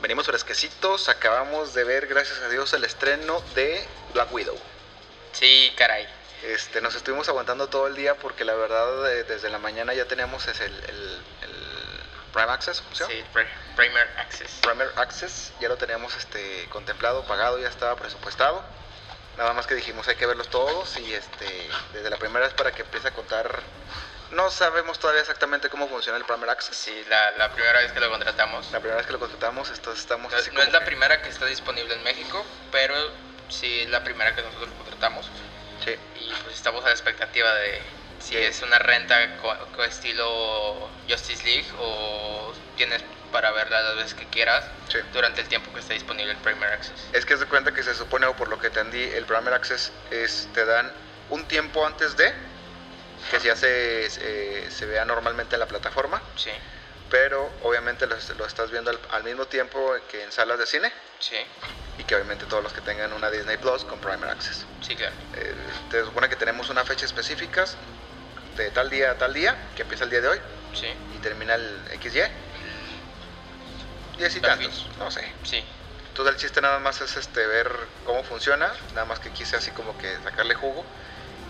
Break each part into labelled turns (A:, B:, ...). A: Venimos fresquecitos, acabamos de ver, gracias a Dios, el estreno de Black Widow.
B: Sí, caray.
A: Este, nos estuvimos aguantando todo el día porque la verdad eh, desde la mañana ya teníamos ese- el, el- el Prime Access, opción.
B: Sí, pre- Primer Access.
A: Premier Access ya lo teníamos este contemplado, pagado, ya estaba presupuestado. Nada más que dijimos hay que verlos todos y este desde la primera vez para que empiece a contar. No sabemos todavía exactamente cómo funciona el Premier Access.
B: Sí, la, la primera vez que lo contratamos.
A: La primera vez que lo contratamos, esto- estamos
B: No,
A: así
B: no es
A: como
B: la
A: que-
B: primera que está disponible en México, pero sí es la primera que nosotros contratamos.
A: Sí.
B: Y pues estamos a la expectativa de si
A: Sí.
B: es una renta co- co- estilo Justice League o tienes para verla las veces que quieras
A: Sí.
B: durante el tiempo que esté disponible el Premier Access.
A: Es que es de cuenta que se supone, o por lo que entendí, el Premier Access es, te dan un tiempo antes de que ya se, se, se vea normalmente en la plataforma,
B: Sí,
A: pero obviamente lo, lo estás viendo al, al mismo tiempo que en salas de cine
B: sí,
A: y que obviamente todos los que tengan una Disney Plus con Premier Access.
B: sí, claro.
A: Eh, se supone que tenemos una fecha específica de tal día a tal día, que empieza el día de hoy
B: Sí,
A: y termina el XY. Diez y
B: La
A: tantos,
B: fecha.
A: no sé.
B: sí,
A: Entonces el chiste nada más es este ver cómo funciona, nada más que quise así como que sacarle jugo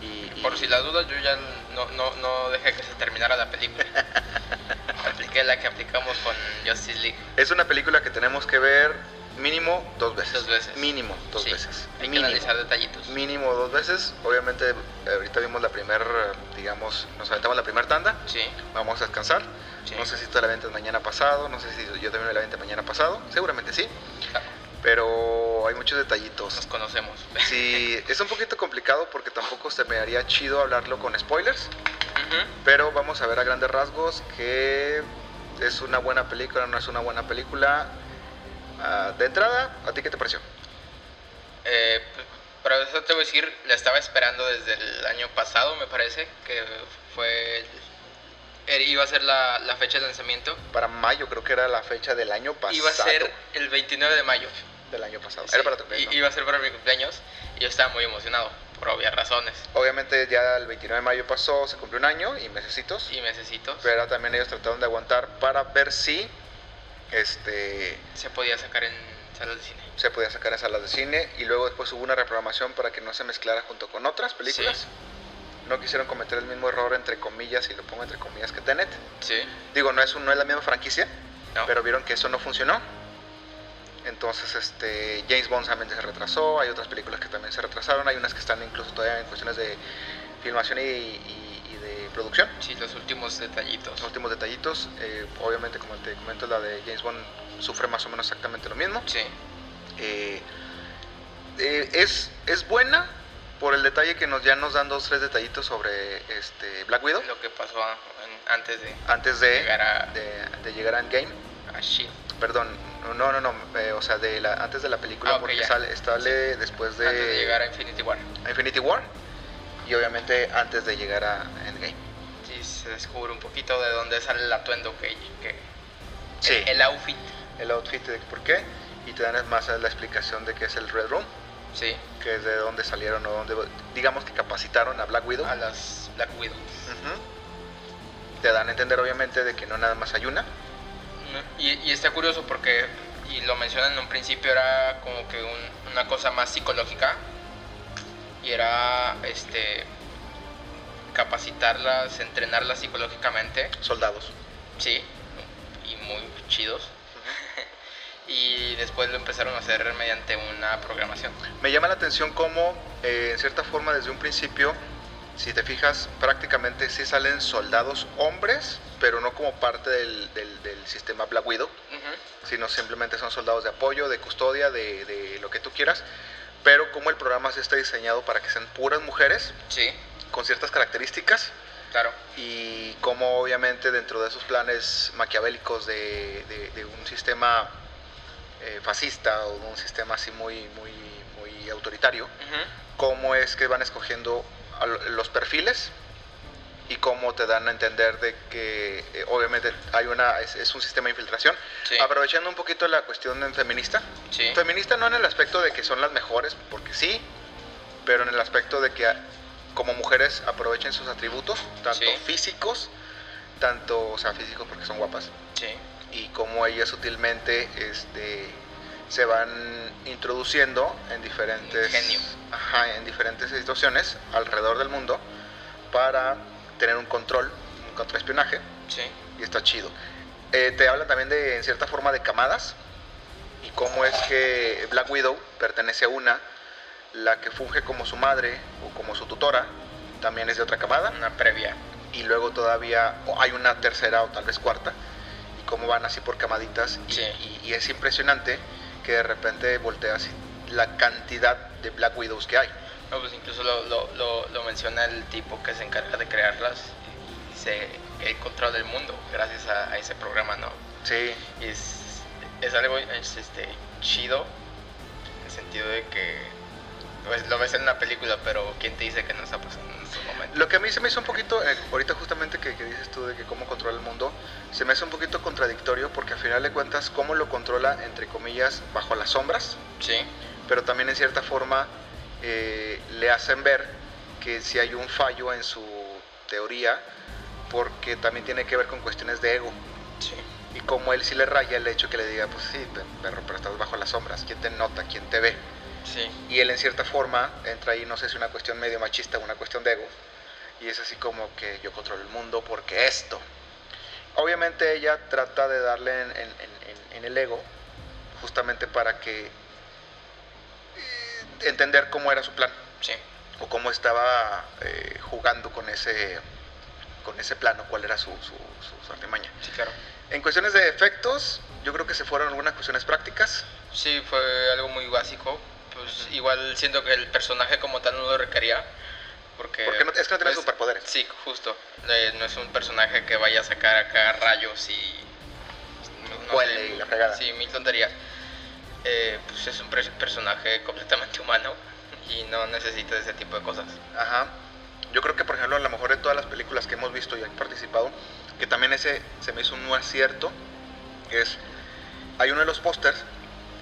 A: y, y-
B: Por si la duda, yo ya no, no, no dejé que se terminara la película. Apliqué la que aplicamos con Justice League.
A: es una película que tenemos que ver mínimo dos veces.
B: Dos veces.
A: Mínimo dos
B: Sí,
A: veces.
B: Hay que
A: mínimo,
B: analizar detallitos.
A: mínimo dos veces. Obviamente eh, ahorita vimos la primer, eh, digamos, nos aventamos la primera tanda,
B: Sí,
A: vamos a descansar.
B: sí.
A: No sé si tú la ventas mañana pasado, no sé si yo también la venta mañana pasado, seguramente sí,
B: Claro,
A: pero hay muchos
B: Nos
A: detallitos.
B: conocemos.
A: Sí, es un poquito complicado porque tampoco se me haría chido hablarlo con spoilers.
B: Ujú.
A: Pero vamos a ver a grandes rasgos que es una buena película, no es una buena película. Ah, de entrada, ¿a ti qué te pareció?
B: Eh, p- pero eso te voy a decir, la estaba esperando desde el año pasado, me parece, que fue... el- era- iba a ser la, la fecha de lanzamiento.
A: Para mayo, creo que era la fecha del año pasado.
B: Iba a ser el 29 de mayo.
A: Del año pasado.
B: Sí,
A: Era para tu
B: i-
A: cumpleaños, ¿no?
B: Iba a ser para mi cumpleaños y yo estaba muy emocionado, por obvias razones.
A: Obviamente ya el 29 de mayo pasó, se cumplió un año y mesecitos.
B: Y necesito...
A: Pero también ellos trataron de aguantar para ver si este
B: se podía sacar en salas de cine.
A: se podía sacar en salas de cine y luego después hubo una reprogramación para que no se mezclara junto con otras películas.
B: Sí.
A: No quisieron cometer el mismo error entre comillas, y lo pongo entre comillas, que Tenet.
B: Sí.
A: Digo, no es, un- no es la misma franquicia,
B: No.
A: pero vieron que eso no funcionó. Entonces, este, James Bond también se retrasó, hay otras películas que también se retrasaron, hay unas que están incluso todavía en cuestiones de filmación y, y- y de producción.
B: Sí, los últimos detallitos.
A: Los últimos detallitos, eh, obviamente como te comento, la de James Bond sufre más o menos exactamente lo mismo.
B: Sí.
A: Eh, eh, es, es buena por el detalle que nos, ya nos dan dos, tres detallitos sobre este, Black Widow
B: Lo que pasó a- en- antes de
A: antes de,
B: llegar a,
A: de, de llegar a Endgame.
B: a Shield.
A: Perdón, no, no, no, eh, o sea, de la, antes de la película,
B: Ah, ok,
A: porque
B: ya.
A: sale, sale después de,
B: Antes de llegar a Infinity War.
A: a Infinity War y obviamente antes de llegar a Endgame.
B: Sí, se descubre un poquito de dónde sale el atuendo que. que-
A: Sí.
B: El, el outfit.
A: El outfit de por qué y te dan más la explicación de qué es el Red Room,
B: Sí.
A: que es de dónde salieron o dónde, digamos que capacitaron a Black Widow.
B: A las Black Widow.
A: Ujú. Te dan a entender obviamente de que no nada más hay una.
B: No, Y, y está curioso porque, y lo mencionan en un principio, era como que un- una cosa más psicológica y era este capacitarlas, entrenarlas psicológicamente,
A: Soldados.
B: sí, y muy chidos. Y después lo empezaron a hacer mediante una programación.
A: Me llama la atención cómo, eh, en cierta forma, desde un principio, si te fijas, prácticamente sí salen soldados hombres, pero no como parte del, del- del sistema Black Widow,
B: Ujú.
A: sino simplemente son soldados de apoyo, de custodia, de, de lo que tú quieras. Pero como el programa sí está diseñado para que sean puras mujeres,
B: Sí,
A: con ciertas características,
B: claro.
A: y como obviamente dentro de esos planes maquiavélicos de, de- de un sistema eh, fascista o de un sistema así muy, muy, muy autoritario,
B: Ujú.
A: cómo es que van escogiendo a lo- los perfiles y cómo te dan a entender de que eh, obviamente hay una es, es un sistema de infiltración.
B: Sí,
A: Aprovechando un poquito la cuestión feminista,
B: sí,
A: feminista no en el aspecto de que son las mejores, porque sí, pero en el aspecto de que a- como mujeres aprovechen sus atributos, tanto
B: Sí.
A: físicos, tanto, o sea, físicos porque son guapas,
B: sí.
A: y cómo ellas sutilmente este, se van introduciendo en diferentes,
B: Ingenio.
A: ajá, en diferentes situaciones alrededor del mundo para tener un control, un contraespionaje
B: Sí.
A: y está chido. Eh, te hablan también de, en cierta forma, de camadas y cómo es que Black Widow pertenece a una, la que funge como su madre o como su tutora, también es de otra camada,
B: Una previa.
A: y luego todavía o hay una tercera o tal vez cuarta, y cómo van así por camaditas, y,
B: Sí.
A: y- y es impresionante que de repente volteas y la cantidad de Black Widows que hay.
B: No, pues incluso lo, lo, lo, lo menciona el tipo que se encarga de crearlas. Dice que el control del mundo gracias a, a ese programa, ¿no?
A: Sí,
B: Y es, es algo es, este, chido en el sentido de que pues, lo ves en una película, pero ¿quién te dice que no está pasando en estos momentos?
A: Lo que a mí se me hizo un poquito, eh, ahorita justamente que, que dices tú de que cómo controla el mundo, se me hace un poquito contradictorio porque al final de cuentas cómo lo controla, entre comillas, bajo las sombras,
B: Sí,
A: pero también en cierta forma eh, le hacen ver que si hay un fallo en su teoría, porque también tiene que ver con cuestiones de ego.
B: sí.
A: Y como él sí le raya el hecho que le diga, pues sí, pe- perro, pero estás bajo las sombras, ¿quién te nota? ¿quién te ve?
B: Sí,
A: Y él en cierta forma entra ahí, no sé si una cuestión medio machista o una cuestión de ego. Y es así como que yo controlo el mundo porque esto. Obviamente ella trata de darle en, en- en- en- en el ego, justamente para que eh, entender cómo era su plan
B: sí.
A: o cómo estaba eh, jugando con ese, con ese plan o cuál era su, su, su- su artimaña.
B: Sí, claro.
A: En cuestiones de efectos, yo creo que se fueron algunas cuestiones prácticas.
B: Sí, fue algo muy básico. Pues igual siento que el personaje como tal no lo requería. Porque,
A: Porque no- es que no tiene
B: pues,
A: superpoderes.
B: Sí, justo. Eh, no es un personaje que vaya a sacar acá rayos y. pues, no
A: Vuele y la fregada.
B: Sí, mil tonterías. Eh, pues es un pres- personaje completamente humano y no necesita ese tipo de cosas.
A: Ajá. Yo creo que, por ejemplo, a lo mejor de todas las películas que hemos visto y han participado, que también ese se me hizo un acierto, es, hay uno de los pósters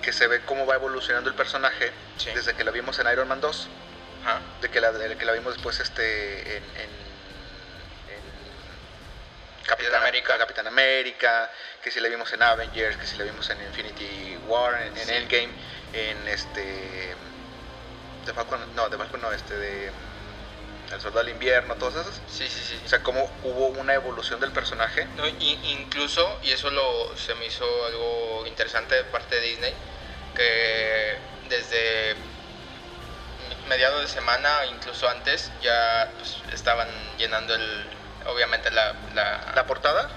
A: que se ve cómo va evolucionando el personaje
B: Sí.
A: desde que lo vimos en Iron Man 2,
B: Ajá.
A: de que la, de que la vimos después este, en, en- en Capitán
B: Capitán América.
A: América. Capitán América, que si la vimos en Avengers, que si la vimos en Infinity War, en, en
B: Sí.
A: Endgame, en este... De Falcon, no, de Falcon no, este de... mm, El Soldado del Invierno, todas esas.
B: Sí, sí, sí.
A: O sea, cómo hubo una evolución del personaje.
B: No, y- incluso, y eso lo, se me hizo algo interesante de parte de Disney, que desde mediados de semana, incluso antes, ya pues, estaban llenando el, obviamente la, la,
A: La portada,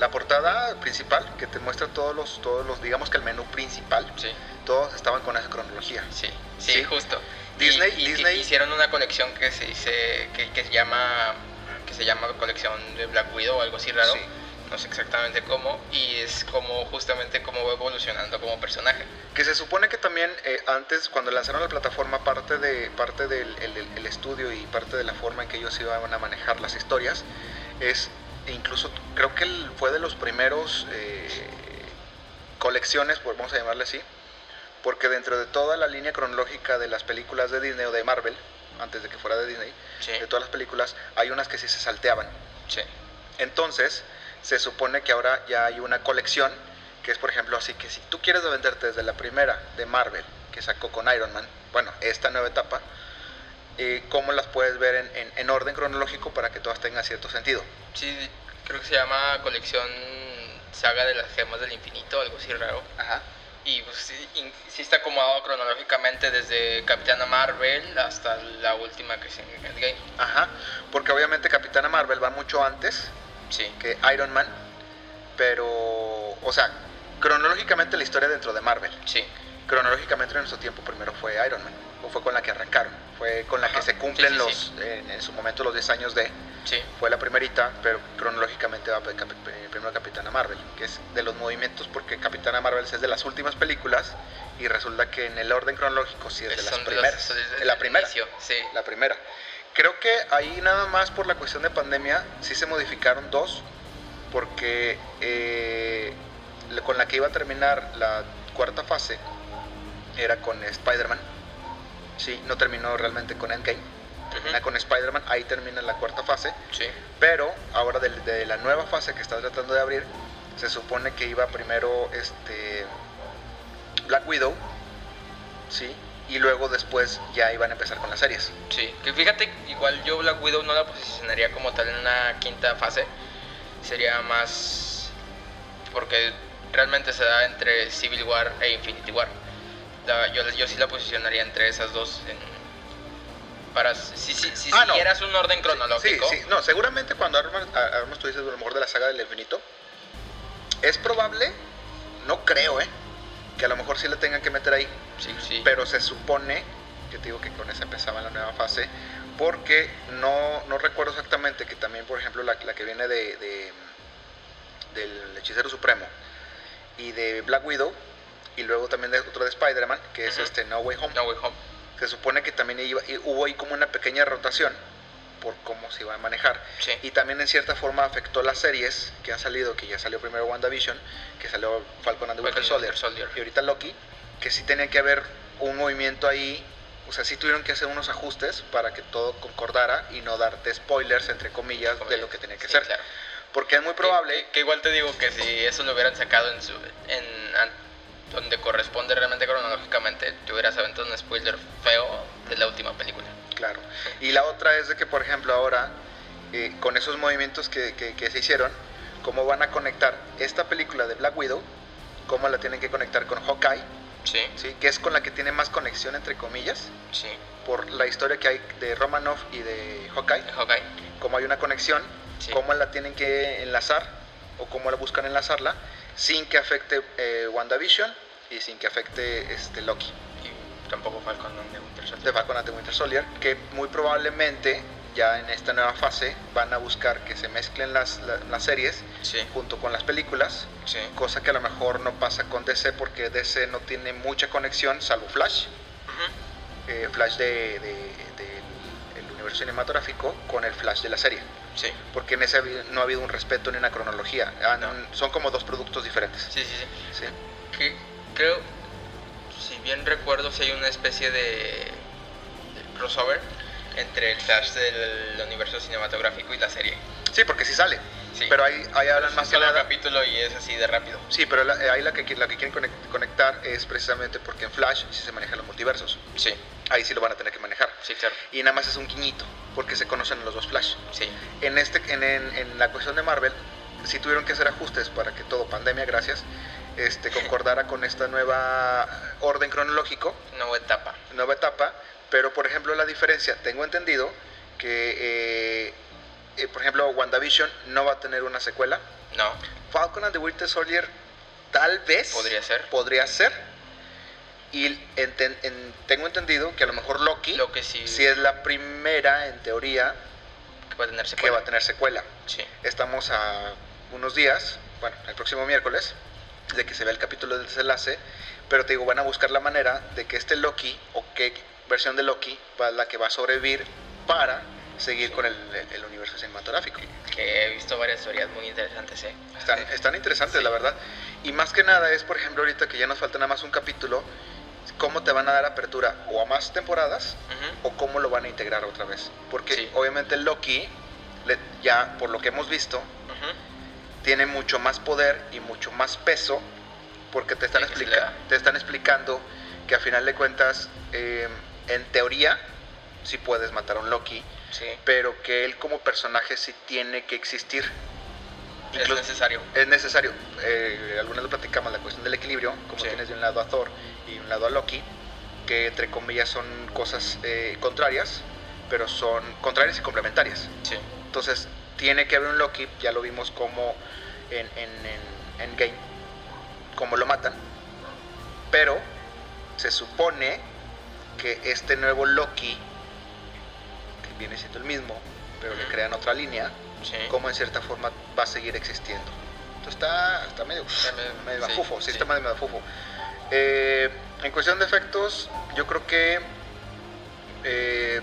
A: la portada principal que te muestra todos los, todos los, digamos que el menú principal,
B: sí,
A: todos estaban con esa cronología.
B: sí, sí,
A: Sí.
B: justo.
A: Disney-
B: Y- y- y
A: Disney-
B: hicieron una colección que se dice, que, que se llama, que se llama colección de Black Widow o algo así raro.
A: Sí.
B: No sé exactamente cómo, y es como justamente cómo va evolucionando como personaje.
A: Que se supone que también eh, antes, cuando lanzaron la plataforma, parte, de, parte del el- el- el estudio y parte de la forma en que ellos iban a manejar las historias, es e incluso, creo que el- fue de los primeros eh, colecciones, pues, vamos a llamarle así, porque dentro de toda la línea cronológica de las películas de Disney o de Marvel, antes de que fuera de Disney,
B: Sí,
A: de todas las películas, hay unas que sí se salteaban.
B: sí.
A: Entonces, se supone que ahora ya hay una colección, que es por ejemplo así que si tú quieres venderte desde la primera de Marvel, que sacó con Iron Man, bueno, esta nueva etapa, eh, cómo las puedes ver en, en- en orden cronológico para que todas tengan cierto sentido.
B: Sí, creo que se llama colección Saga de las Gemas del Infinito, algo así raro.
A: Ajá.
B: Y pues, sí, in- sí está acomodado cronológicamente desde Capitana Marvel hasta la última que es en Endgame.
A: Ajá. Porque obviamente Capitana Marvel va mucho antes
B: Sí,
A: que Iron Man, pero, o sea, cronológicamente la historia dentro de Marvel.
B: sí.
A: cronológicamente en nuestro tiempo primero fue Iron Man, o fue con la que arrancaron, fue con la
B: Ajá,
A: que se cumplen
B: sí, sí, sí.
A: los, eh, En, en su momento los 10 años de,
B: Sí,
A: fue la primerita, pero cronológicamente va pe- capi- pe- primero Capitana Marvel, que es de los movimientos porque Capitana Marvel es de las últimas películas y resulta que en el orden cronológico sí es de las
B: son de los-
A: primeras,
B: son desde
A: en la
B: el
A: primera,
B: inicio, Sí,
A: la primera. Creo que ahí nada más por la cuestión de pandemia sí se modificaron dos, porque eh, la- con la que iba a terminar la cuarta fase era con Spider-Man. Sí, no terminó realmente con Endgame. Termina
B: Ujú.
A: con Spider-Man, ahí termina la cuarta fase.
B: sí,
A: Pero ahora del- de, la nueva fase que está tratando de abrir, Se supone que iba primero este Black Widow, ¿sí? Y luego después ya iban a empezar con las series.
B: Sí, que fíjate, igual yo Black Widow no la posicionaría como tal en una quinta fase. Sería más. Porque realmente se da entre Civil War e Infinity War. La- yo, yo sí la posicionaría entre esas dos. en- para, si si, si
A: Ah, no.
B: siguieras un orden
A: Sí,
B: cronológico.
A: sí, no, seguramente cuando armas, a- armas tú dices a lo mejor de la saga del infinito, es probable, no creo, ¿eh? Que a lo mejor sí le tengan que meter ahí,
B: sí, sí.
A: pero se supone, yo te digo que con esa empezaba la nueva fase, porque no, no recuerdo exactamente que también, por ejemplo, la, la que viene de, de- del Hechicero Supremo y de Black Widow, y luego también de otra de Spider-Man, que es
B: Ujú.
A: este No Way Home
B: No Way Home.
A: se supone que también iba- y hubo ahí como una pequeña rotación por cómo se iba a manejar.
B: Sí.
A: Y también en cierta forma afectó las series que han salido, que ya salió primero WandaVision, que salió Falcon and the Winter
B: Falcon and
A: Soldier,
B: the Winter Soldier.
A: y ahorita Loki, que sí tenía que haber un movimiento ahí, o sea, sí tuvieron que hacer unos ajustes para que todo concordara y no darte spoilers, entre comillas, de lo que tenía que
B: Sí,
A: ser.
B: claro.
A: Porque es muy probable,
B: Que, que igual te digo que si eso lo hubieran sacado en su. En, an- donde corresponde realmente cronológicamente, te hubieras aventado un spoiler feo de la última película.
A: claro. Y la otra es de que, por ejemplo, ahora, eh, con esos movimientos que, que- que se hicieron, cómo van a conectar esta película de Black Widow, cómo la tienen que conectar con Hawkeye,
B: Sí,
A: ¿sí? que es con la que tiene más conexión, entre comillas,
B: sí.
A: por la historia que hay de Romanoff y de Hawkeye,
B: Hawkeye.
A: cómo hay una conexión,
B: Sí.
A: cómo la tienen que enlazar o cómo la buscan enlazarla sin que afecte eh, WandaVision y sin que afecte este Loki.
B: Y tampoco Falcon and the Winter Soldier.
A: de Falcon and the Winter Soldier, que muy probablemente ya en esta nueva fase van a buscar que se mezclen las, la- las series
B: Sí,
A: junto con las películas,
B: sí.
A: cosa que a lo mejor no pasa con DC porque DC no tiene mucha conexión, salvo Flash,
B: Ujú.
A: eh, Flash de, de- del- el universo cinematográfico con el Flash de la serie,
B: Sí,
A: porque en ese ha habido- no ha habido un respeto ni una cronología, han-
B: No.
A: son como dos productos diferentes.
B: sí, sí. sí.
A: Sí.
B: que creo, si bien recuerdo, si hay una especie de, de crossover entre el Flash del universo cinematográfico y la serie.
A: Sí, porque sí sale,
B: Sí.
A: pero ahí, ahí hablan más que
B: Solo
A: nada.
B: capítulo y es así de rápido.
A: Sí, pero la- eh, ahí la que, qui- la que quieren conec- conectar es precisamente porque en Flash sí se manejan los multiversos.
B: Sí,
A: Ahí sí lo van a tener que manejar.
B: sí, claro.
A: Y nada más es un guiñito, porque se conocen los dos Flash.
B: Sí,
A: En, este, en, en- en la cuestión de Marvel, sí tuvieron que hacer ajustes para que todo, pandemia, gracias, este, concordara con esta nueva orden cronológico,
B: nueva etapa.
A: nueva etapa. Pero, por ejemplo, la diferencia, tengo entendido que, eh, eh, por ejemplo, WandaVision no va a tener una secuela.
B: No,
A: Falcon and the Winter Soldier tal vez
B: Podría ser.
A: podría ser y enten- en- tengo entendido que a lo mejor Loki
B: lo que sí,
A: si es la primera en teoría
B: que va a tener
A: que
B: secuela.
A: va a tener secuela
B: Sí,
A: estamos a unos días bueno el próximo miércoles de que se vea el capítulo del desenlace pero te digo van a buscar la manera de que este Loki o qué versión de Loki va la que va a sobrevivir para seguir con el, el- el universo cinematográfico
B: que he visto varias teorías muy interesantes, ¿eh?
A: Están, están interesantes,
B: Sí.
A: la verdad. Y más que nada es, por ejemplo, ahorita que ya nos falta nada más un capítulo, cómo te van a dar apertura o a más temporadas
B: Ujú.
A: o cómo lo van a integrar otra vez. Porque
B: Sí.
A: obviamente Loki, le- ya por lo que hemos visto,
B: Ujú.
A: tiene mucho más poder y mucho más peso porque te están,
B: Sí, que se
A: explica-
B: le da.
A: te están explicando que a final de cuentas, eh, en teoría, sí puedes matar a un Loki,
B: Sí,
A: pero que él como personaje sí tiene que existir.
B: es
A: Incluso-
B: necesario.
A: es necesario. Eh, algunas lo platicamos, la cuestión del equilibrio, como
B: Sí.
A: tienes de un lado a Thor y de un lado a Loki, que entre comillas son cosas eh, contrarias, pero son contrarias y complementarias.
B: Sí,
A: Entonces, tiene que haber un Loki, ya lo vimos como en, en, en Endgame, como lo matan, pero se supone que este nuevo Loki, que viene siendo el mismo, pero le
B: Ujú.
A: crean otra línea,
B: sí.
A: cómo en cierta forma va a seguir existiendo. Esto está, está medio,
B: medio-
A: medio
B: sí,
A: mafufo, sí,
B: sí.
A: está medio mafufo. Eh, en cuestión de efectos, yo creo que eh,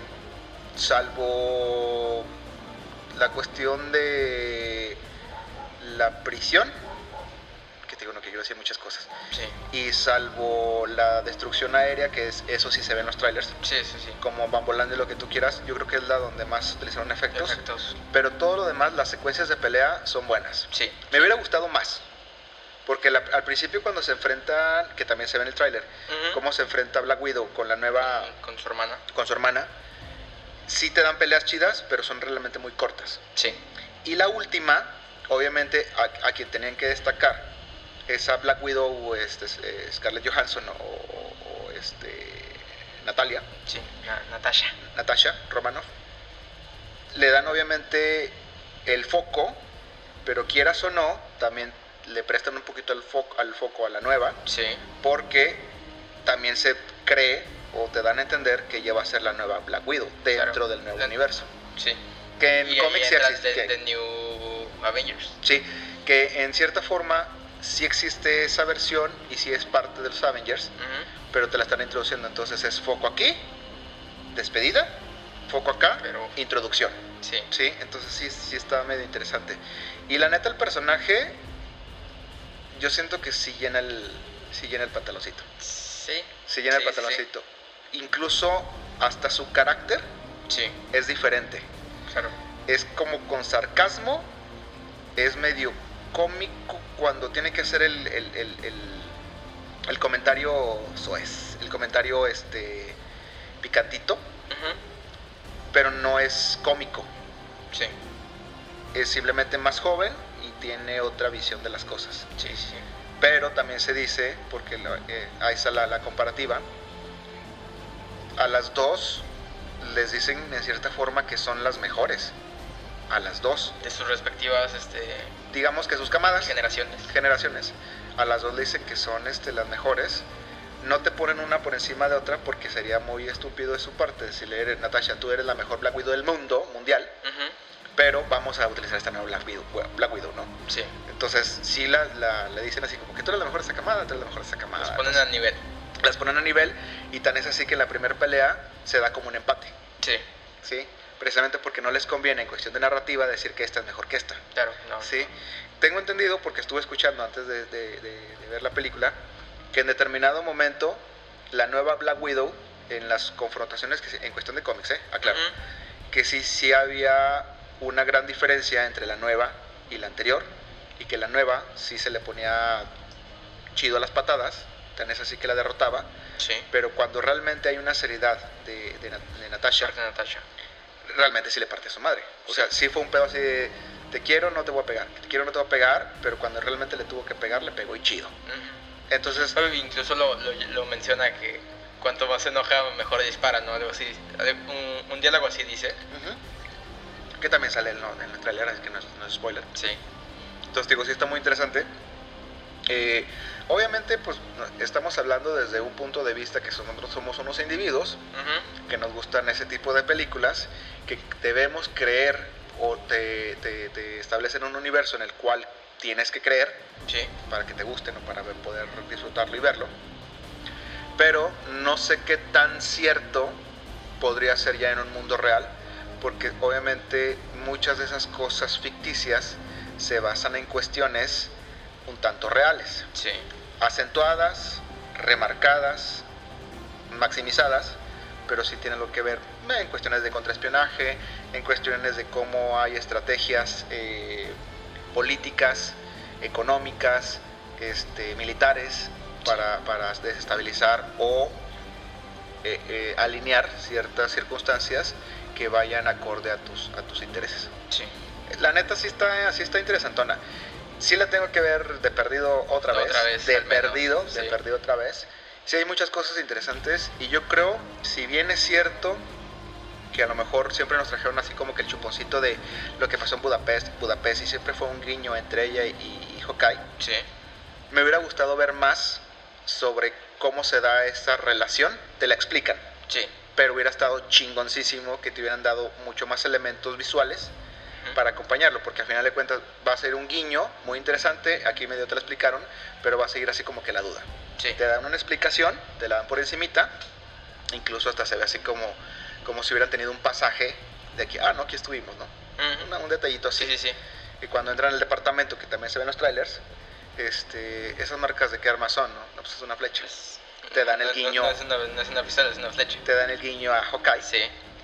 A: salvo la cuestión de la prisión, que te digo, no, que yo hacía muchas cosas,
B: Sí,
A: y salvo la destrucción aérea, que es, eso sí se ve en los trailers,
B: sí, sí. sí.
A: como van volando y lo que tú quieras, yo creo que es la donde más utilizaron efectos
B: Efectos.
A: pero todo lo demás, las secuencias de pelea son buenas.
B: Sí,
A: Me hubiera gustado más, Porque la- al principio cuando se enfrentan, que también se ve en el tráiler,
B: Ujú.
A: cómo se enfrenta Black Widow con la nueva,
B: Con su hermana.
A: con su hermana, sí te dan peleas chidas, pero son realmente muy cortas.
B: Sí.
A: Y la última, obviamente, a, a quien tenían que destacar es a Black Widow, este, eh, Scarlett Johansson o, o- o, este, Natalia,
B: Sí. Na- Natasha.
A: Natasha Romanoff. Le dan obviamente el foco, pero quieras o no, también le prestan un poquito el foco, al foco a la nueva,
B: Sí.
A: porque también se cree o te dan a entender que ella va a ser la nueva Black Widow dentro
B: Claro.
A: del nuevo
B: Dentro.
A: universo.
B: Sí.
A: Que en
B: y
A: cómics sí
B: ahí entra
A: existe.
B: The,
A: que-
B: The New Avengers.
A: Sí, que en cierta forma sí existe esa versión y sí es parte de los Avengers,
B: Ujú.
A: pero te la están introduciendo. Entonces es foco aquí, despedida, foco acá,
B: Pero-
A: introducción.
B: Sí.
A: Sí, entonces sí, sí está medio interesante. Y la neta, el personaje, yo siento que sí llena el, sí llena el pantaloncito.
B: Sí.
A: Sí llena
B: Sí,
A: el
B: sí, sí.
A: pantaloncito. Incluso hasta su carácter
B: Sí.
A: es diferente.
B: Claro.
A: es como con sarcasmo, es medio cómico cuando tiene que hacer el, el, el- el- el comentario soez, el comentario este picantito,
B: Ujú.
A: pero no es cómico,
B: Sí.
A: es simplemente más joven y tiene otra visión de las cosas.
B: Sí, sí.
A: Pero también se dice, porque la- eh, ahí está la, la comparativa, a las dos les dicen en cierta forma que son las mejores, a las dos,
B: De sus respectivas este,
A: digamos que sus camadas.
B: generaciones.
A: generaciones. A las dos le dicen que son este, las mejores. No te ponen una por encima de otra porque sería muy estúpido de su parte decirle, "Eres- Natasha, tú eres la mejor Black Widow del mundo, mundial,
B: Ujú.
A: pero vamos a utilizar esta nueva Black Widow, Black Widow ¿no?
B: Sí.
A: Entonces, sí la, la- le dicen así como que tú eres la mejor de esa camada, tú eres la mejor de esa camada.
B: Los ponen al nivel.
A: Entonces, las ponen a nivel y tan es así que en la primera pelea se da como un empate,
B: Sí.
A: ¿sí? Precisamente porque no les conviene en cuestión de narrativa decir que esta es mejor que esta.
B: Claro. No.
A: Sí, tengo entendido porque estuve escuchando antes de, de- de- de ver la película que en determinado momento la nueva Black Widow en las confrontaciones que se- en cuestión de cómics, ¿eh? aclaro,
B: Ujú.
A: que sí sí había una gran diferencia entre la nueva y la anterior y que la nueva sí se le ponía chido a las patadas, tan es así que la derrotaba,
B: Sí.
A: pero cuando realmente hay una seriedad de, de Nat- de Natasha,
B: Parte de Natasha.
A: realmente sí le parte a su madre. O
B: Sí.
A: sea, sí fue un pedo así de, te quiero, no te voy a pegar, te quiero, no te voy a pegar, pero cuando realmente le tuvo que pegar, le pegó y chido.
B: Ujú.
A: Entonces,
B: Pero Incluso lo, lo, lo menciona que cuanto más se enoja, mejor dispara, ¿no? Algo así. Algo- Un, un diálogo así dice.
A: ujú, que también sale el, no, en el trailer, es que no es, no es spoiler.
B: Sí.
A: Entonces, digo, sí está muy interesante. Eh, obviamente, pues no- estamos hablando desde un punto de vista que son- nosotros somos unos individuos
B: Ujú.
A: que nos gustan ese tipo de películas, que debemos creer o te- te- te establecen un universo en el cual tienes que creer
B: Sí.
A: para que te gusten o para ver- poder disfrutarlo y verlo. Pero no sé qué tan cierto podría ser ya en un mundo real, porque obviamente muchas de esas cosas ficticias se basan en cuestiones un tanto reales,
B: Sí.
A: acentuadas, remarcadas, maximizadas, pero sí tienen lo que ver eh, en cuestiones de contraespionaje, en cuestiones de cómo hay estrategias eh, políticas, económicas, este, militares para, para desestabilizar o eh, eh, alinear ciertas circunstancias que vayan acorde a tus, a tus intereses.
B: Sí.
A: La neta sí está, sí está interesantona. Sí la tengo que ver de perdido otra vez.
B: Otra vez,
A: de
B: al menos,
A: perdido,
B: sí.
A: de perdido otra vez. Sí hay muchas cosas interesantes y yo creo, si bien es cierto que a lo mejor siempre nos trajeron así como que el chuponcito de lo que pasó en Budapest, Budapest y siempre fue un guiño entre ella y, y Hawkeye,
B: Sí.
A: me hubiera gustado ver más sobre cómo se da esa relación, te la explican,
B: Sí.
A: pero hubiera estado chingoncísimo que te hubieran dado mucho más elementos visuales
B: Ujú.
A: para acompañarlo, porque al final de cuentas va a ser un guiño muy interesante, aquí medio te lo explicaron, pero va a seguir así como que la duda.
B: Sí.
A: Te dan una explicación, te la dan por encimita, incluso hasta se ve así como, como si hubieran tenido un pasaje de aquí, ah, no, aquí estuvimos, ¿no?
B: Ujú.
A: Una- un detallito así.
B: Sí, sí, sí.
A: Y cuando entran al departamento, que también se ven los trailers, este, esas marcas de qué armas son, ¿no? No, pues es una flecha.
B: Pues,
A: Te dan el
B: no- no-
A: guiño.
B: No, es una, no es una pistola, es una flecha.
A: Te dan el guiño a Hawkeye.
B: Sí.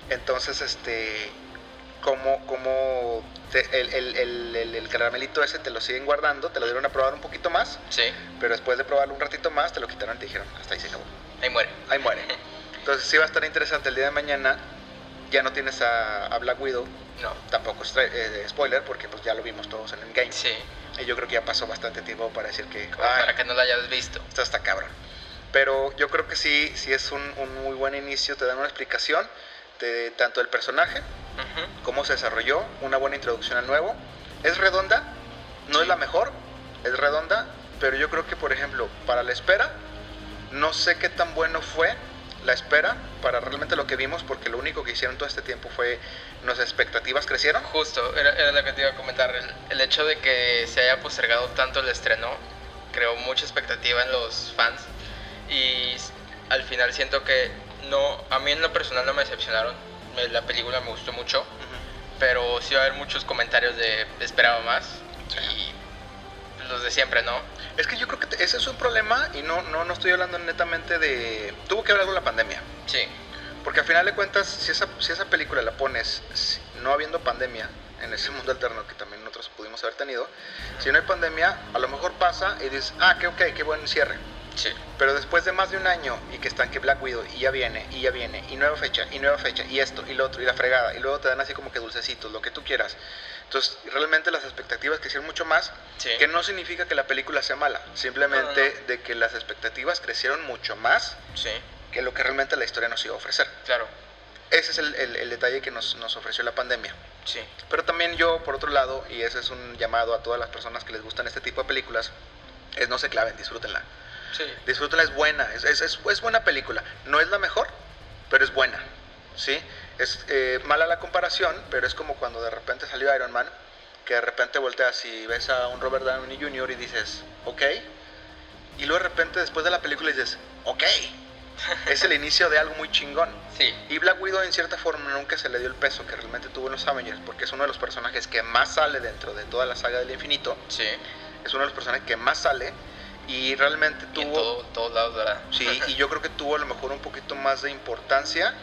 A: Entonces, este, como, como te- el, el- el- el- el caramelito ese te lo siguen guardando, te lo dieron a probar un poquito más,
B: Sí,
A: pero después de probarlo un ratito más te lo quitaron y te dijeron, hasta ahí se acabó,
B: ahí muere.
A: ahí muere. Entonces sí va a estar interesante el día de mañana, ya no tienes a, a Black Widow,
B: No.
A: tampoco es tra- eh, spoiler porque pues ya lo vimos todos en el game.
B: Sí,
A: Y yo creo que ya pasó bastante tiempo para decir que...
B: como
A: "Ay,
B: para que no la hayas visto.
A: esto está cabrón. Pero yo creo que sí, sí es un, un muy buen inicio, te dan una explicación de tanto el personaje,
B: Ujú.
A: cómo se desarrolló, una buena introducción al nuevo. Es redonda, no es la mejor, es redonda, pero yo creo que por ejemplo, para la espera, no sé qué tan bueno fue la espera para realmente lo que vimos, porque lo único que hicieron todo este tiempo fue nuestras expectativas crecieron.
B: Justo, era, era lo que te iba a comentar. El, el hecho de que se haya postergado tanto el estreno creó mucha expectativa en los fans. Y s- al final siento que no, a mí en lo personal no me decepcionaron. Me- La película me gustó mucho, pero sí va a haber muchos comentarios de esperaba más. Y los de siempre, ¿no?
A: Es que yo creo que te- ese es un problema y no, no, no estoy hablando netamente de... Tuvo que ver algo la pandemia.
B: Sí,
A: Porque al final de cuentas, si esa, si esa película la pones si- no habiendo pandemia en ese mundo alterno que también nosotros pudimos haber tenido, si no hay pandemia, a lo mejor pasa y dices, ah, qué ok, qué buen cierre.
B: sí.
A: Pero después de más de un año y que están que Black Widow y ya viene, y ya viene, y nueva fecha, y nueva fecha, y esto, y lo otro, y la fregada, y luego te dan así como que dulcecitos, lo que tú quieras. Entonces, realmente las expectativas crecieron mucho más,
B: Sí.
A: que no significa que la película sea mala, simplemente
B: No, no,
A: de que las expectativas crecieron mucho más
B: Sí,
A: que lo que realmente la historia nos iba a ofrecer.
B: claro.
A: Ese es el, el- el detalle que nos, nos ofreció la pandemia.
B: Sí.
A: Pero también yo, por otro lado, y ese es un llamado a todas las personas que les gustan este tipo de películas, es no se claven, disfrútenla.
B: Sí.
A: Disfrútenla, es buena, es, es- es- es buena película. No es la mejor, pero es buena. ¿sí? Es eh, mala la comparación, pero es como cuando de repente salió Iron Man, que de repente volteas y ves a un Robert Downey Jr. y dices, ok. Y luego de repente después de la película dices, ok. Es el inicio de algo muy chingón.
B: Sí.
A: Y Black Widow en cierta forma nunca se le dio el peso que realmente tuvo en los Avengers, porque es uno de los personajes que más sale dentro de toda la saga del infinito,
B: Sí.
A: es uno de los personajes que más sale y realmente
B: Y en
A: tuvo...
B: todo, todos lados, ¿verdad?
A: Sí, y yo creo que tuvo a lo mejor un poquito más de importancia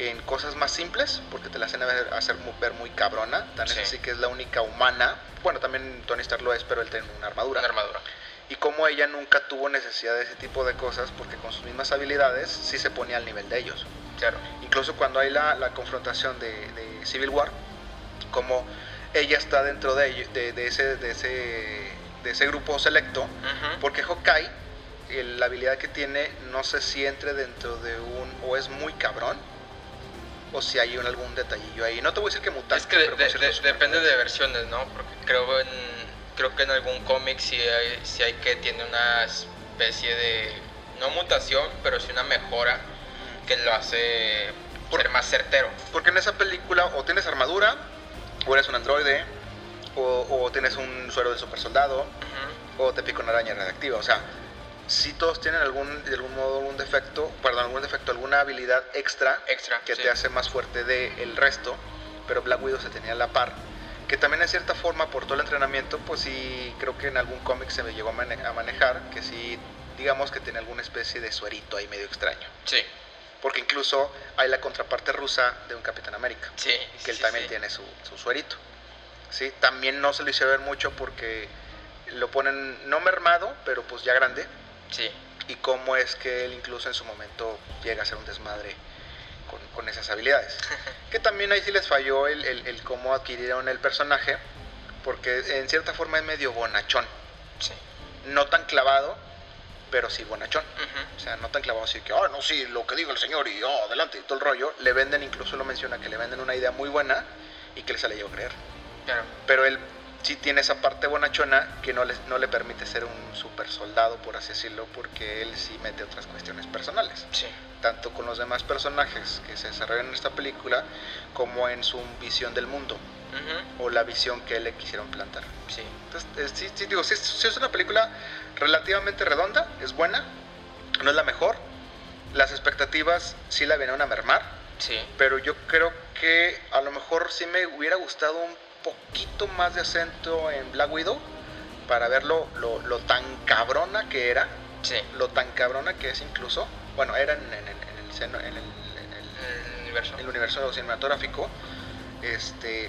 A: en cosas más simples, porque te la hacen ver, hacer mu- ver muy cabrona, tan
B: Sí.
A: es así que es la única humana, bueno, también Tony Stark lo es, pero él tiene una armadura,
B: Una armadura.
A: y como ella nunca tuvo necesidad de ese tipo de cosas, porque con sus mismas habilidades sí se ponía al nivel de ellos
B: Claro.
A: incluso cuando hay la, la confrontación de, de Civil War, como ella está dentro de, ello- de, de ese, de, ese, de ese grupo selecto,
B: Ujú.
A: porque Hawkeye, el- la habilidad que tiene, no sé si entre dentro de un, o es muy cabrón, o si hay un- algún detallillo ahí. No te voy a decir que mutante,
B: Es que de-
A: pero con
B: de-
A: ciertos
B: de- depende de versiones, ¿no? Porque creo en, creo que en algún cómic sí hay, sí hay que tiene una especie de, no mutación, pero sí una mejora
A: superpoderes.
B: que lo hace
A: Por-
B: ser más certero.
A: Porque en esa película o tienes armadura, o eres un androide, o, o tienes un suero de super soldado,
B: Ujú.
A: o te pica una araña radiactiva. O sea, si todos tienen algún, de algún modo algún defecto, perdón, algún defecto, alguna habilidad extra
B: Extra.
A: que
B: sí.
A: te hace más fuerte del resto, pero Black Widow se tenía a la par. Que también en cierta forma, por todo el entrenamiento, pues sí, creo que en algún cómic se me llegó a, mane- a manejar, que sí, digamos que tiene alguna especie de suerito ahí medio extraño.
B: Sí,
A: Porque incluso hay la contraparte rusa de un Capitán América
B: sí.
A: que él
B: sí,
A: también
B: sí.
A: tiene su, su suerito. ¿sí? También no se lo hice ver mucho porque lo ponen no mermado, pero pues ya grande.
B: Sí,
A: Y cómo es que él incluso en su momento llega a ser un desmadre con, con esas habilidades. Que también ahí sí les falló el, el- el cómo adquirieron el personaje, porque en cierta forma es medio bonachón.
B: sí.
A: No tan clavado, pero sí bonachón.
B: Ujú.
A: O sea, no tan clavado así que, ah, no, sí, lo que diga el señor y oh, adelante y todo el rollo. Le venden, incluso lo menciona, que le venden una idea muy buena y que les sale yo a creer.
B: Claro.
A: Pero él sí tiene esa parte bonachona que no, les, no le permite ser un super soldado, por así decirlo, porque él sí mete otras cuestiones personales.
B: Sí,
A: Tanto con los demás personajes que se desarrollan en esta película, como en su visión del mundo
B: Ujú.
A: o la visión que le quisieron plantar.
B: sí.
A: Entonces, eh, sí, sí, digo, sí, es- sí es una película relativamente redonda, es buena, no es la mejor. Las expectativas sí la vinieron a mermar,
B: Sí,
A: pero yo creo que a lo mejor sí me hubiera gustado un poquito más de acento en Black Widow para ver lo, lo- lo tan cabrona que era,
B: sí.
A: lo tan cabrona que es incluso, bueno, era en, en- en- en el, seno- en el- en el-
B: El universo.
A: el universo cinematográfico, Este,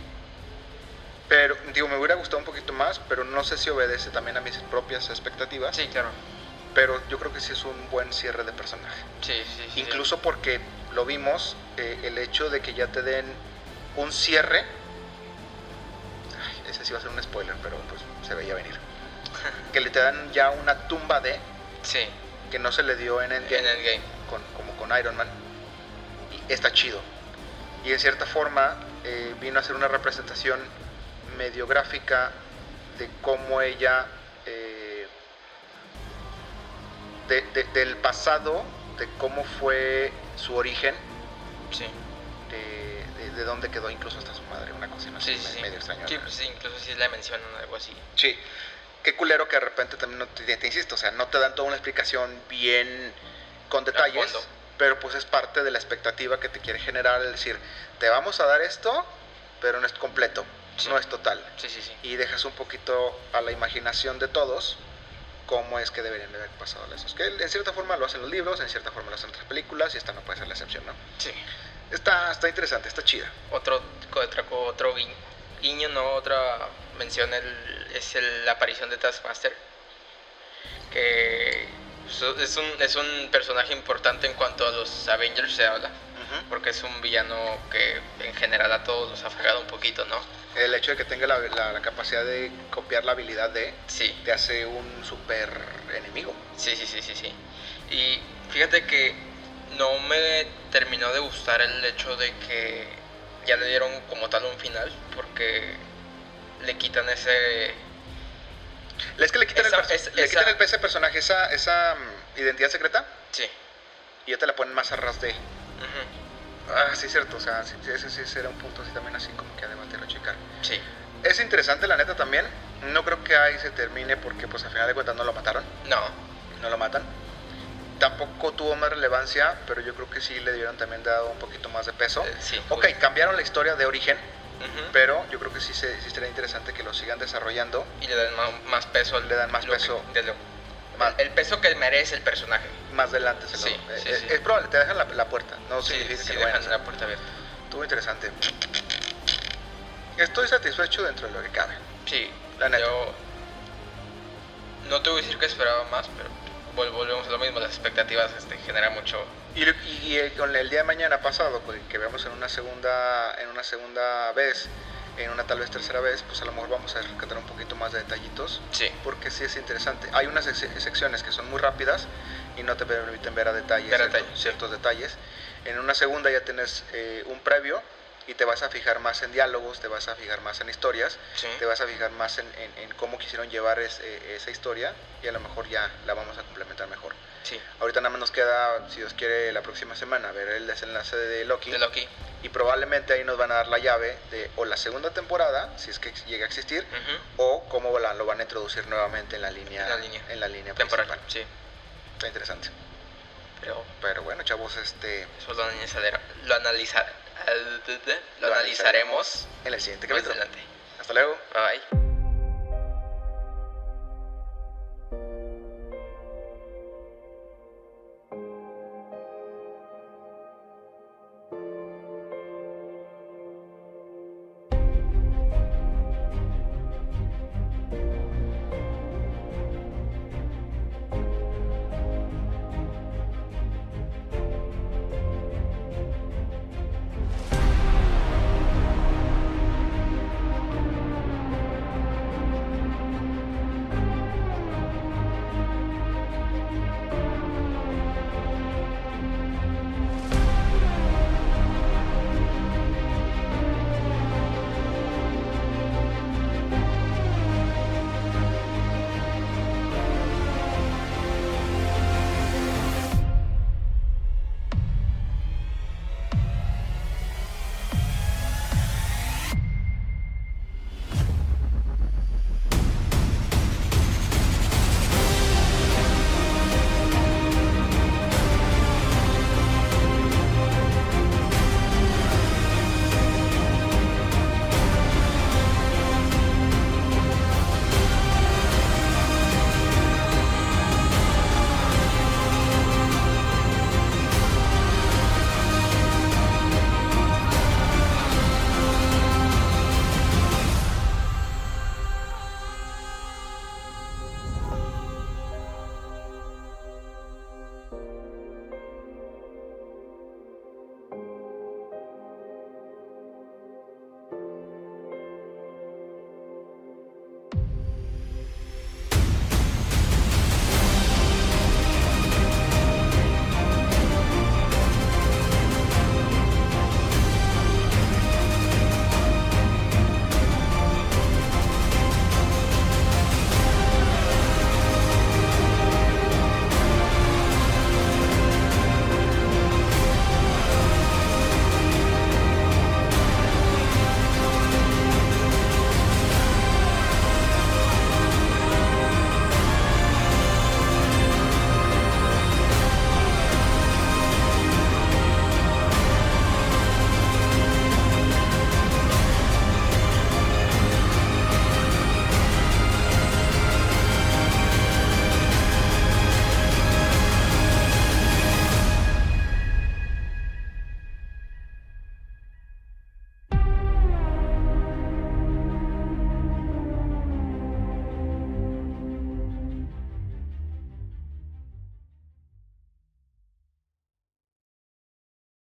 A: pero, digo, me hubiera gustado un poquito más, pero no sé si obedece también a mis propias expectativas.
B: Sí, claro.
A: Pero yo creo que sí es un buen cierre de personaje.
B: Sí, sí, sí.
A: Incluso porque lo vimos, eh, el hecho de que ya te den un cierre. Ay, ese sí va a ser un spoiler, pero pues se veía venir. que le te dan ya una tumba de
B: Sí,
A: que no se le dio en Endgame,
B: en el game.
A: con- como con Iron Man. Y está chido. Y en cierta forma eh, vino a ser una representación medio gráfica de cómo ella. eh, de- de- del pasado, de cómo fue su origen
B: Sí.
A: de, de, de dónde quedó incluso hasta su madre, una cosa
B: Sí,
A: así,
B: sí,
A: me-
B: sí.
A: medio extraña.
B: Sí, pues sí, incluso si la mencionan o algo así.
A: Sí. Qué culero que de repente también no te, te insisto, o sea, no te dan toda una explicación bien con detalles,
B: fondo.
A: pero pues es parte de la expectativa que te quiere generar, es decir, te vamos a dar esto, pero no es completo,
B: Sí.
A: no es total.
B: Sí, sí, sí.
A: Y dejas un poquito a la imaginación de todos cómo es que deberían de haber pasado las cosas. Que en cierta forma lo hacen los libros, en cierta forma lo hacen otras películas, y esta no puede ser la excepción, ¿no?
B: Sí.
A: Está, está interesante, está chida.
B: Otro, otra, otro gui- guiño, ¿no? Otra mención el- es el- la aparición de Taskmaster. Que su- es un, es un personaje importante en cuanto a los Avengers se habla. Porque es un villano que en general a todos nos ha fregado un poquito, ¿no?
A: El hecho de que tenga la, la- la capacidad de copiar la habilidad de
B: Sí.
A: te hace un super enemigo.
B: Sí, sí, sí, sí, sí. Y fíjate que no me terminó de gustar el hecho de que ya le dieron como tal un final, porque le quitan ese...
A: Es que le quitan,
B: Esa-
A: el, pe-
B: es-
A: le
B: esa-
A: quitan el pe- ese personaje, esa, esa mm, identidad secreta,
B: Sí.
A: y ya te la ponen más a ras de.
B: Ujú.
A: Ah, sí, cierto, o sea, sí, sí, ese sí será un punto así también, así como que a debatir o checar.
B: Sí.
A: Es interesante, la neta también. No creo que ahí se termine porque, pues, al final de cuentas no lo mataron,
B: No.
A: no lo matan. Tampoco tuvo más relevancia, pero yo creo que sí le dieron también dado un poquito más de peso.
B: eh, Sí.
A: Ok, cambiaron la historia de origen,
B: Ujú.
A: pero yo creo que sí, se, sí sería interesante que lo sigan desarrollando.
B: Y le dan ma- más, peso. al-
A: Le dan más
B: lo que-
A: peso.
B: de lo-
A: Más-
B: el peso que merece el personaje.
A: Más adelante se lo.
B: Sí,
A: eh,
B: sí,
A: es,
B: sí.
A: es probable, te dejan la, la puerta. No
B: Sí,
A: significa
B: sí,
A: que lo vayan a
B: dejan
A: hacer.
B: la puerta abierta.
A: Estuvo interesante. Estoy satisfecho dentro de lo que cabe.
B: Sí,
A: La neta.
B: yo no te voy a decir que esperaba más, pero vol- volvemos a lo mismo, las expectativas este, generan mucho...
A: Y, lo- y- y el, con el día de mañana pasado, pues, que veamos en una segunda en una segunda vez, en una tal vez tercera vez, pues a lo mejor vamos a rescatar un poquito más de detallitos.
B: Sí,
A: Porque sí es interesante. Hay unas sec- secciones que son muy rápidas y no te permiten ver a detalles,
B: Ver a
A: cierto-
B: detalle, sí.
A: ciertos detalles. En una segunda ya tienes eh, un previo y te vas a fijar más en diálogos, te vas a fijar más en historias,
B: sí.
A: te vas a fijar más en, en- en cómo quisieron llevar es- eh, esa historia y a lo mejor ya la vamos a complementar mejor.
B: Sí,
A: Ahorita nada más nos queda, si Dios quiere, la próxima semana ver el desenlace de Loki
B: de Loki.
A: y probablemente ahí nos van a dar la llave de o la segunda temporada, si es que ex- llega a existir,
B: Ujú.
A: o cómo la- lo van a introducir nuevamente en la línea,
B: En la línea.
A: en la línea
B: Temporal,
A: principal.
B: sí.
A: Está interesante.
B: Pero
A: Pero bueno, chavos, este
B: eso lo, analizare- lo, analizar, al- de- de- lo
A: Lo
B: analizaremos
A: en el siguiente
B: más
A: capítulo.
B: adelante.
A: Hasta luego.
B: Bye bye.